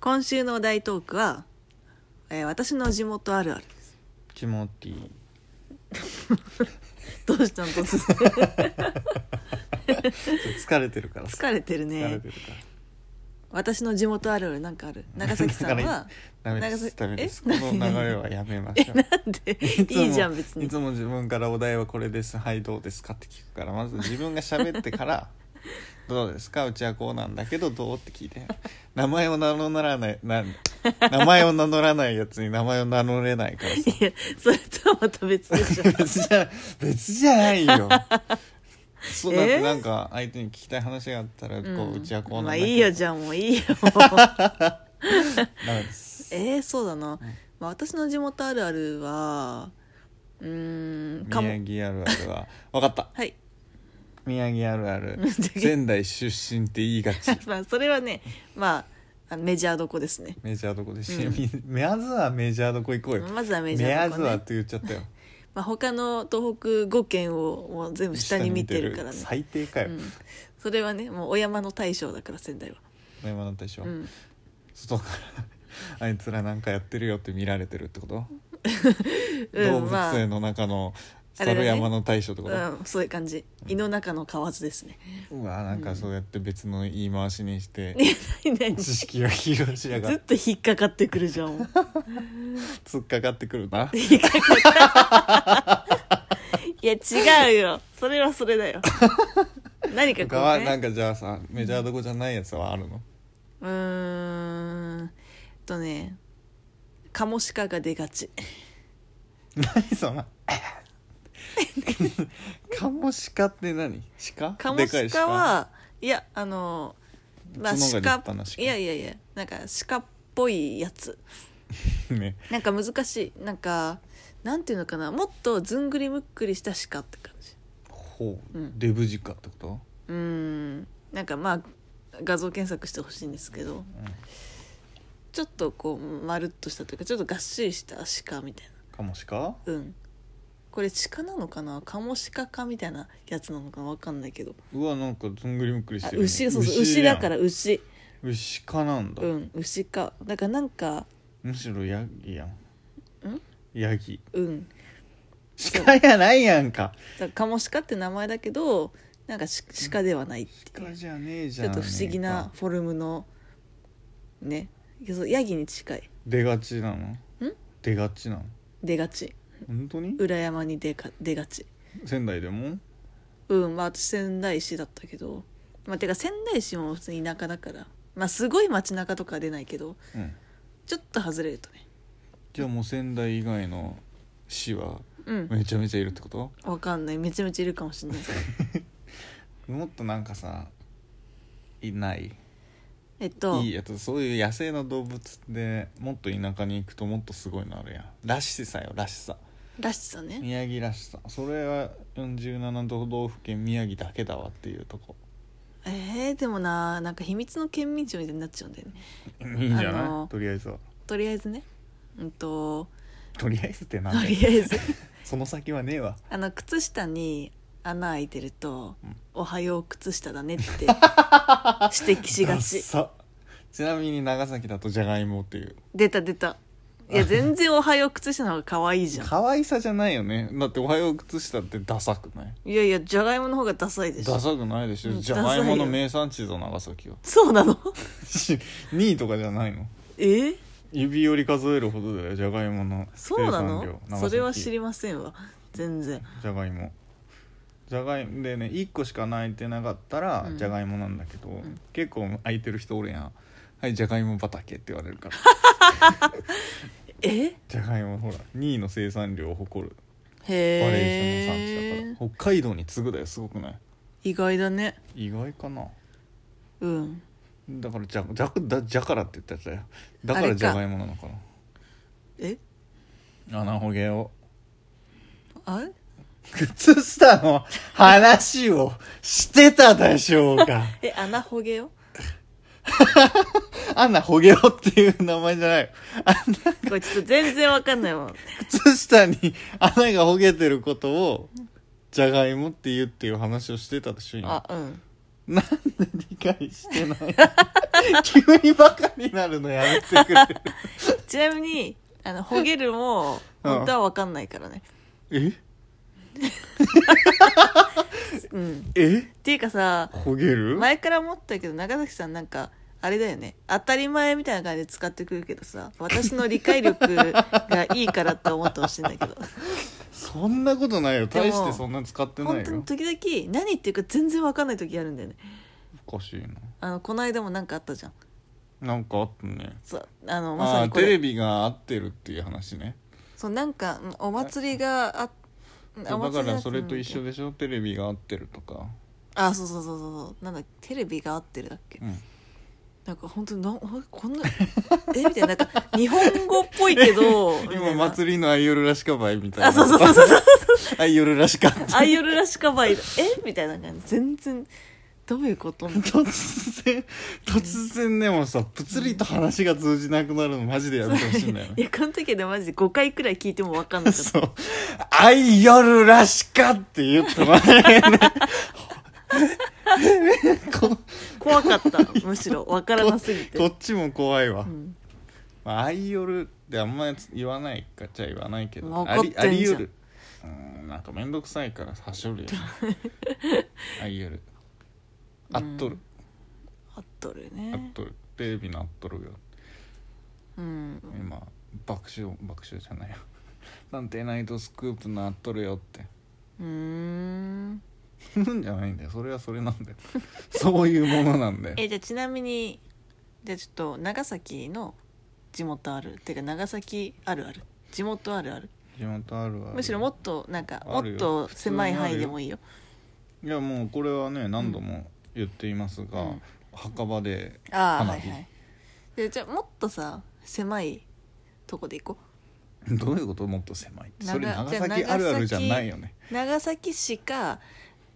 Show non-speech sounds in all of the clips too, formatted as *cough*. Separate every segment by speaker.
Speaker 1: 今週の大トークは、えー私の地元あるあるです
Speaker 2: ティモティ
Speaker 1: どうしたの突然
Speaker 2: ちょっと疲れてるか
Speaker 1: *laughs*
Speaker 2: ら
Speaker 1: 疲れてる
Speaker 2: 疲れ
Speaker 1: ね
Speaker 2: てるから
Speaker 1: 私の地元あるあるなんかある長崎さんは
Speaker 2: ダメですダ
Speaker 1: 長崎
Speaker 2: メですこ
Speaker 1: え
Speaker 2: の流れはやめま
Speaker 1: え
Speaker 2: しょう
Speaker 1: なんで
Speaker 2: つも
Speaker 1: いいじゃん別に
Speaker 2: いつも自分からお題はこれですはいどうですかって聞くからまず自分が喋ってから *laughs* どうですかうちはこうなんだけどどうって聞いて名前を名乗らないな名前を名乗らないやつに名前を名乗れないか
Speaker 1: *laughs*
Speaker 2: らさ
Speaker 1: いやそれとはまた別で
Speaker 2: *laughs*
Speaker 1: しょ
Speaker 2: 別じゃ別じゃない
Speaker 1: *laughs*
Speaker 2: よそうだっ
Speaker 1: え
Speaker 2: てなんか相手に聞きたい話があったらこう、うちはこうなん
Speaker 1: まあ
Speaker 2: だけど
Speaker 1: いいよじゃあもういい
Speaker 2: *laughs*
Speaker 1: よ
Speaker 2: ダメです
Speaker 1: えー、そうだな、まあ、私の地元あるあるはうーんかも
Speaker 2: 宮城あるあ
Speaker 1: *laughs*
Speaker 2: るは分かった
Speaker 1: はい
Speaker 2: 宮城あるある
Speaker 1: で
Speaker 2: *laughs* 仙台出身って言いが
Speaker 1: *laughs*
Speaker 2: ち
Speaker 1: まあそれはねまああのメジャーどこですね
Speaker 2: メジャーどこでし、
Speaker 1: う
Speaker 2: まずはメジャーどこ行こうよ
Speaker 1: まずはメ
Speaker 2: メ
Speaker 1: ジ
Speaker 2: ジ
Speaker 1: ャ
Speaker 2: ャ
Speaker 1: ー
Speaker 2: ー
Speaker 1: ど
Speaker 2: ズ
Speaker 1: こ、
Speaker 2: は
Speaker 1: ね
Speaker 2: って言っちゃったよ
Speaker 1: まあ、他の東北5県をもう全部下に見てるからね
Speaker 2: 下に見てる最低かよ、
Speaker 1: うんそれはねもうお山の大将だから仙台は、
Speaker 2: 今のったでしょ、
Speaker 1: うん、
Speaker 2: 外からあいつらなんかやってるよって見られてるってこと、
Speaker 1: うん
Speaker 2: 動物園の中の
Speaker 1: あれだ
Speaker 2: 猿
Speaker 1: ね
Speaker 2: 山の大将ってこと、
Speaker 1: うん、そういう感じ胃の中の蛙ですね
Speaker 2: うわなんかそうやって別の言い回しにして、
Speaker 1: いや *laughs* 何何
Speaker 2: 知
Speaker 1: ず
Speaker 2: 識を広しやがっ
Speaker 1: ってと引っかかってくる
Speaker 2: *laughs*
Speaker 1: じゃんもう
Speaker 2: 突っかかってく
Speaker 1: *laughs*
Speaker 2: るな
Speaker 1: 引っかかったいや違うよそれはそれ
Speaker 2: *laughs*
Speaker 1: だよ何かこ
Speaker 2: 他は
Speaker 1: う、ね、
Speaker 2: なんかじゃあさメジャーどこじゃないやつはあるの
Speaker 1: うーんえっとねカモシカが出がち
Speaker 2: 何そのカモシカって何鹿
Speaker 1: カモ
Speaker 2: でか
Speaker 1: シ
Speaker 2: い
Speaker 1: 角はいやあのまあ
Speaker 2: 角が立派な鹿
Speaker 1: いやいやいやなんか鹿っぽいやつ
Speaker 2: ね
Speaker 1: なんか難しいなんかなんていうのかなもっとずんぐりむっくりした鹿って感じ
Speaker 2: ほう、
Speaker 1: うん
Speaker 2: デブジカってこと
Speaker 1: うーんなんかまあ画像検索してほしいんですけど、ちょっとこうまるっとしたというかちょっとがっしりした鹿みたい
Speaker 2: カモシカ
Speaker 1: なうんこれ鹿なのかなカモシカかみたいなやつなのかわかんないけど
Speaker 2: うわなんかずんぐりむっくりし
Speaker 1: あ
Speaker 2: てる、ね、
Speaker 1: 牛そうそう
Speaker 2: じ
Speaker 1: 牛
Speaker 2: ゃん
Speaker 1: だから牛
Speaker 2: 牛かなんだ、
Speaker 1: うん牛かだからなんか
Speaker 2: むしろヤギやんヤギ
Speaker 1: うん
Speaker 2: 鹿やないやんか
Speaker 1: だからカモシカって名前だけどなんかし鹿ではないってい
Speaker 2: 鹿
Speaker 1: う
Speaker 2: じゃねえじ
Speaker 1: ち
Speaker 2: ゃ
Speaker 1: ょ
Speaker 2: ん
Speaker 1: っと不思議なフォルムのねそうヤギに近い
Speaker 2: 出がちなのん出がちなの
Speaker 1: 出がち
Speaker 2: 本当に
Speaker 1: 裏山に出か出がち
Speaker 2: 仙台でも
Speaker 1: うんまあ私仙台市だったけどまあてか仙台市も普通に田舎だからまあすごい街中とかは出ないけど
Speaker 2: うん
Speaker 1: ちょっと外れるとね
Speaker 2: じゃあもう仙台以外の市は
Speaker 1: うん
Speaker 2: めちゃめちゃいるってこと、
Speaker 1: わかんないめちゃめちゃいるかもしれない
Speaker 2: もっとなんかさいない
Speaker 1: えっと
Speaker 2: いいやつそういう野生の動物でもっと田舎に行くともっとすごいのあるやんらしさよらしさ
Speaker 1: らしさね
Speaker 2: 宮城らしさそれは47都道府県宮城だけだわっていうとこ
Speaker 1: えー、でもななんか秘密の県民庁みたいになっちゃうんだよね
Speaker 2: いいんじゃない、
Speaker 1: あの
Speaker 2: とりあえずは
Speaker 1: とりあえずねうんと
Speaker 2: とりあえずってな
Speaker 1: と
Speaker 2: んで
Speaker 1: りあえず *laughs*
Speaker 2: その先はねえわ
Speaker 1: あの靴下に穴開いてると
Speaker 2: うん
Speaker 1: 「おはよう靴下だね」って
Speaker 2: *laughs*
Speaker 1: 指摘しが
Speaker 2: ダッ
Speaker 1: ち
Speaker 2: サちなみに長崎だとじゃがいもっていう
Speaker 1: 出た出たいや全然「おはよう靴下」の方が可愛い
Speaker 2: *laughs*
Speaker 1: じゃん
Speaker 2: 可愛さじゃないよねだっておはよう靴下ってダサくない
Speaker 1: いやいやじゃがいもの方がダサいでし
Speaker 2: ダ
Speaker 1: ょ
Speaker 2: サくないでしょ
Speaker 1: うん
Speaker 2: じゃがいも
Speaker 1: ダサいよ
Speaker 2: の名産地だ長崎は
Speaker 1: そう
Speaker 2: *laughs*
Speaker 1: なの *laughs*
Speaker 2: 2位とかじゃないの
Speaker 1: えー、
Speaker 2: 指折り数えるほどだよじゃがいもの
Speaker 1: そうな
Speaker 2: 生産
Speaker 1: の
Speaker 2: 量
Speaker 1: それは知
Speaker 2: 長崎
Speaker 1: りませんわ全然
Speaker 2: じゃがいもじゃがいもでね1個しか泣いてなかったら
Speaker 1: うん
Speaker 2: じゃがいもなんだけど、
Speaker 1: ん
Speaker 2: 結構空いてる人おるやんはいじゃがいも畑って言われる
Speaker 1: *laughs*
Speaker 2: から
Speaker 1: え
Speaker 2: じゃがいもほら2位の生産量を誇るバレエーションの産
Speaker 1: へ
Speaker 2: 地だ
Speaker 1: え
Speaker 2: から北海道に次ぐだよすごくない
Speaker 1: 意外だね
Speaker 2: 意外かな
Speaker 1: うん
Speaker 2: だからじゃじゃだじゃからって言ったやつだよだか
Speaker 1: あれ
Speaker 2: ら
Speaker 1: か
Speaker 2: じゃがいもなのか
Speaker 1: え
Speaker 2: な穴ほげを
Speaker 1: あ
Speaker 2: 靴下の話をしてたでしょうか
Speaker 1: え穴ほげよ
Speaker 2: アンナほげおっていう名前じゃない
Speaker 1: これちょっと全然わかんないわ
Speaker 2: 靴下に穴がほげてることをじゃがいもって言うっていう話をしてたでしょ今
Speaker 1: あうん
Speaker 2: なんで理解してない *laughs* 急にバカになるのやめてくれる
Speaker 1: ちなみにあのほげるも
Speaker 2: うん
Speaker 1: 本当は分かんないからね、
Speaker 2: え
Speaker 1: うん、っ
Speaker 2: え
Speaker 1: ていうかさ
Speaker 2: ほげる
Speaker 1: 前から思ったけど長崎さんなんかあれだよね当たり前みたいな感じで使ってくるけどさ私の理解力がいいからって思ってほしいんだけ
Speaker 2: *laughs*
Speaker 1: ど
Speaker 2: そんなことないよ
Speaker 1: でも
Speaker 2: 大してそんな使ってな
Speaker 1: 本
Speaker 2: い
Speaker 1: 当に
Speaker 2: よ
Speaker 1: 時々何言ってるか全然分かんない時あるんだよね
Speaker 2: おかしいな
Speaker 1: あのこの間もなんかあったじゃん
Speaker 2: なんかあったね
Speaker 1: そうあのまさ
Speaker 2: ああ
Speaker 1: に
Speaker 2: ー
Speaker 1: こ
Speaker 2: テレ
Speaker 1: れ
Speaker 2: ビが合ってるっていう話ね
Speaker 1: そうなんかうんお祭りがあっ
Speaker 2: だからそれと一緒
Speaker 1: で
Speaker 2: でしょテレビが合ってるとか
Speaker 1: あそうそうそうそうそうなんだテレビが合ってるだっけ、
Speaker 2: うん
Speaker 1: なんか本当になんあこんな *laughs* えみたいななんか日本語っぽいけどみた
Speaker 2: *laughs* 今
Speaker 1: いな
Speaker 2: 祭りのアイドルらしかばいみたいな
Speaker 1: あそうそうそうそうそう
Speaker 2: アイドルらしかった
Speaker 1: アイドルらしかばいえみたいな感じ全然どういうことみたいな
Speaker 2: 突然突然でもさぷつりと話が通じなくなるのマジでやめてほしいんだよ
Speaker 1: い
Speaker 2: ね
Speaker 1: やこの時でマジで5回くらい聞いても分かんなか
Speaker 2: *laughs*
Speaker 1: った
Speaker 2: そう「アイドルらしか」って言った前
Speaker 1: *laughs*
Speaker 2: ねこ
Speaker 1: 怖かったむしろ分からなすぎて
Speaker 2: こっちも怖いわ、
Speaker 1: ん
Speaker 2: まあ、アイドルってあんま言わないかじゃ言わないけど
Speaker 1: 分か
Speaker 2: あ
Speaker 1: って
Speaker 2: り
Speaker 1: んじゃん
Speaker 2: ありよるうんなんかめんどくさいからはしょるよ
Speaker 1: *laughs*
Speaker 2: ねアイドルあっとる、
Speaker 1: あっとる
Speaker 2: あ
Speaker 1: ね
Speaker 2: っとるテレビのあっとるよ
Speaker 1: うん
Speaker 2: 今爆笑爆笑じゃないよ *laughs* 「探偵ナイトスクープなっとるよ」って *laughs*
Speaker 1: うーん
Speaker 2: うんじゃないんだよそれはそれなん
Speaker 1: *laughs*
Speaker 2: だよそういうものなんだよ
Speaker 1: えじゃあちなみにじゃあちょっと長崎の地元あるっていうか長崎あるある地元あるある
Speaker 2: 地元あるわ
Speaker 1: むしろもっとなんかも
Speaker 2: ある
Speaker 1: っ
Speaker 2: よ
Speaker 1: と狭い範囲でもいいよ
Speaker 2: いやもうこれはね何度も言っていますが、
Speaker 1: うん
Speaker 2: 墓場で
Speaker 1: ああは
Speaker 2: 花
Speaker 1: い
Speaker 2: 火
Speaker 1: はいでじゃあもっとさ狭いとこで行こ
Speaker 2: *laughs* どういうこともっと狭いってそれ
Speaker 1: 長じ
Speaker 2: 長
Speaker 1: ゃあ
Speaker 2: 崎あるあるじゃないよね
Speaker 1: う長崎市か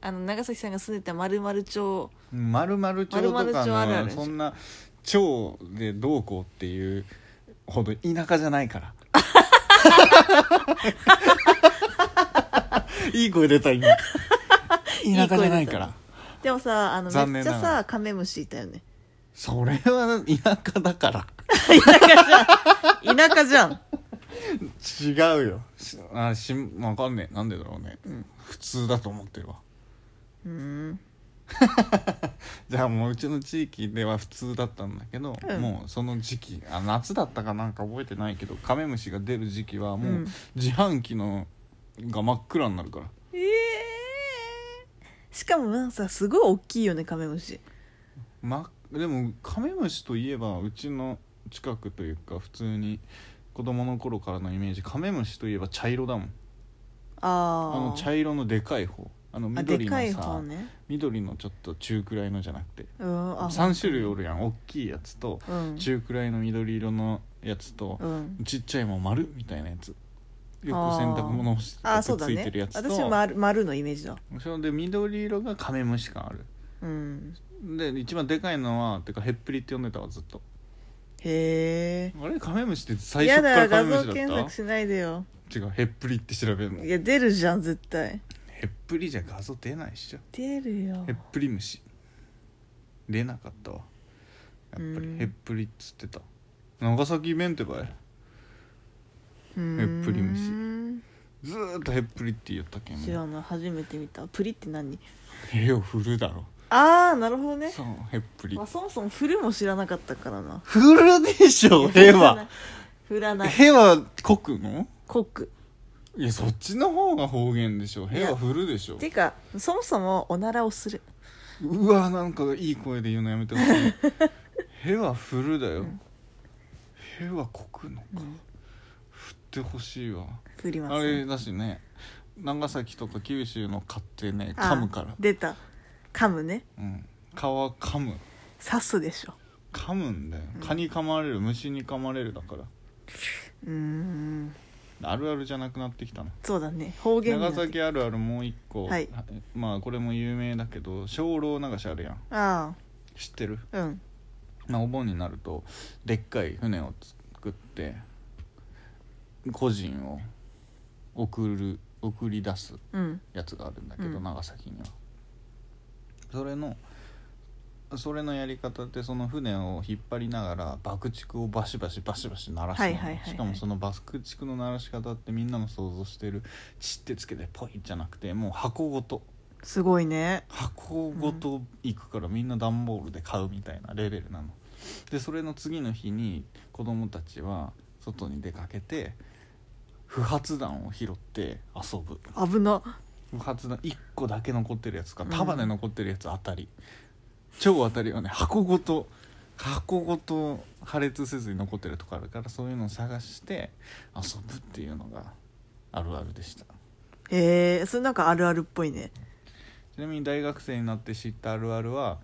Speaker 1: あの長崎さんが住んでた丸々町
Speaker 2: 丸々町と
Speaker 1: 丸々
Speaker 2: か
Speaker 1: 町あるあ
Speaker 2: の
Speaker 1: る
Speaker 2: そんな町でどうこうっていうほど田舎じゃないから
Speaker 1: *laughs*
Speaker 2: いい声出た今田舎じゃないから
Speaker 1: いい声出たでもさあの
Speaker 2: 残
Speaker 1: めっ
Speaker 2: 念
Speaker 1: ち
Speaker 2: な
Speaker 1: ゃ
Speaker 2: がら
Speaker 1: さカメムシいたよね *laughs*
Speaker 2: それは田舎だから
Speaker 1: 田舎じゃん田舎じゃん
Speaker 2: 違うよしあし分かんねえなんでだろうね、普通だと思ってるわ
Speaker 1: うーん
Speaker 2: じゃあもううちの地域では普通だったんだけど、
Speaker 1: うん
Speaker 2: もうその時期あ夏だったかなんか覚えてないけどカメムシが出る時期はもううん自販機のが真っ暗になるから、
Speaker 1: ええー、しかもなんかさすごい大きいよねカメムシ
Speaker 2: ま、でもカメムシといえばうちの近くというか普通に子供の頃からのイメージカメムシといえば茶色だもんあ
Speaker 1: ああ
Speaker 2: の茶色のでかい方あの
Speaker 1: あ
Speaker 2: 緑
Speaker 1: で
Speaker 2: の
Speaker 1: かい
Speaker 2: さ、
Speaker 1: 方ね
Speaker 2: 緑のちょっと中くらいのじゃなくて
Speaker 1: うんあ
Speaker 2: 3種類おるやん大きいやつと
Speaker 1: うん
Speaker 2: 中くらいの緑色のやつと、
Speaker 1: うん
Speaker 2: ちっちゃいもん丸みたいなやつよく洗
Speaker 1: あー
Speaker 2: 濯物干して
Speaker 1: あ
Speaker 2: くっ
Speaker 1: あそうだ
Speaker 2: ついて
Speaker 1: ね
Speaker 2: るやつと
Speaker 1: 私も丸丸のイメージだ
Speaker 2: それで緑色がカメムシ感ある
Speaker 1: うん
Speaker 2: で一番でかいのはてかへっぷりって呼んでたわずっと
Speaker 1: へえ
Speaker 2: あれカメムシって最
Speaker 1: や
Speaker 2: 初か
Speaker 1: だ
Speaker 2: らカ
Speaker 1: 画
Speaker 2: メム
Speaker 1: 像
Speaker 2: シ
Speaker 1: 検
Speaker 2: だっ
Speaker 1: 索しないでよ
Speaker 2: た違うへっぷりって調べるの
Speaker 1: い
Speaker 2: へっ
Speaker 1: や出るじゃん絶対
Speaker 2: ぷりじゃ画像出ないっしょ
Speaker 1: 出るよ
Speaker 2: へっぷり虫出なかったわやっぱ
Speaker 1: う
Speaker 2: り
Speaker 1: ん
Speaker 2: へっぷりっつってた長崎弁ってばい
Speaker 1: うーん
Speaker 2: へっぷりずーっとへっぷりって言ったけん
Speaker 1: 知ら
Speaker 2: ね
Speaker 1: ない初めて見たプリって何
Speaker 2: 手を振るだろ
Speaker 1: ああなるほどね、
Speaker 2: そうへっぷり
Speaker 1: まあ、そもそも振るも知らなかったからな
Speaker 2: 振るでしょへは
Speaker 1: *laughs* 振らない
Speaker 2: へはこくの
Speaker 1: コク
Speaker 2: いやそっちの方が方言でしょ
Speaker 1: い
Speaker 2: へ
Speaker 1: や
Speaker 2: は振るでしてょ
Speaker 1: いうかそもそもおならをする
Speaker 2: うわなんかいい声で言うのやめてほ
Speaker 1: *laughs*
Speaker 2: しいへは振るだよへはこくのか
Speaker 1: うん
Speaker 2: 振ってほしいわ
Speaker 1: 振ります
Speaker 2: あれだしね長崎とか九州の蚊ってね
Speaker 1: あ
Speaker 2: 噛むから
Speaker 1: 出た噛むね
Speaker 2: うん蚊は噛む
Speaker 1: 刺すでしょ
Speaker 2: 噛むんだよ蚊に噛まれる虫に噛まれるだから
Speaker 1: うーん
Speaker 2: あるあるじゃなくなってきたな
Speaker 1: そうだね方言にな
Speaker 2: 長
Speaker 1: って
Speaker 2: 崎あるあるもう一個、
Speaker 1: はい
Speaker 2: まあこれも有名だけど精霊流しあるやん
Speaker 1: あ
Speaker 2: 知ってる、
Speaker 1: あうん
Speaker 2: まあ、お盆になるとでっかい船を作って個人を送る送り出す
Speaker 1: うん
Speaker 2: やつがあるんだけど、
Speaker 1: うん
Speaker 2: 長崎にはそれのそれのやり方ってその船を引っ張りながら爆竹をバシバシバシバシ鳴らすのね、
Speaker 1: はいはいはいはい
Speaker 2: しかもその爆竹の鳴らし方ってみんなの想像してる「チってつけてポイ」じゃなくてもう箱ごと
Speaker 1: すごいね
Speaker 2: 箱ごと行くからみんな段ボールで買うみたいなレベルなの。でそれの次の日に子供たちは外に出かけて不発弾を拾って遊ぶ
Speaker 1: 危な
Speaker 2: 不発弾1個だけ残ってるやつか束で残ってるやつ当たり、超当たりはね箱ごと箱ごと破裂せずに残ってるとこあるからそういうのを探して遊ぶっていうのがあるあるでした
Speaker 1: えー、それなんかあるあるっぽいね
Speaker 2: ちなみに大学生になって知ったあるあるは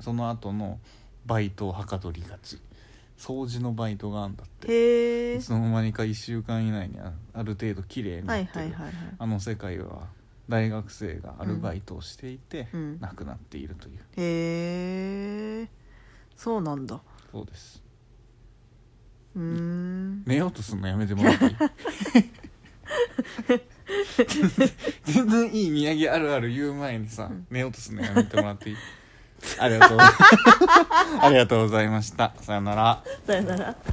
Speaker 2: その後のバイトをはかどりがち掃除のバイトがあんだって
Speaker 1: へえ
Speaker 2: いつの間にか1週間以内にあある程度綺麗に
Speaker 1: は
Speaker 2: なっ
Speaker 1: い
Speaker 2: て
Speaker 1: はい
Speaker 2: る
Speaker 1: はいはい
Speaker 2: あの世界は大学生がアルバイトをしていて、
Speaker 1: うんうん
Speaker 2: 亡くなっているという
Speaker 1: へえそうなんだ
Speaker 2: そうです
Speaker 1: うーん
Speaker 2: 寝ようとするのやめてもらっていい全然いい宮城あるある言う前にさ、
Speaker 1: うん
Speaker 2: 寝ようとするのやめてもらっていい *laughs* ありがとうありがとうございましたさよなら
Speaker 1: さよなら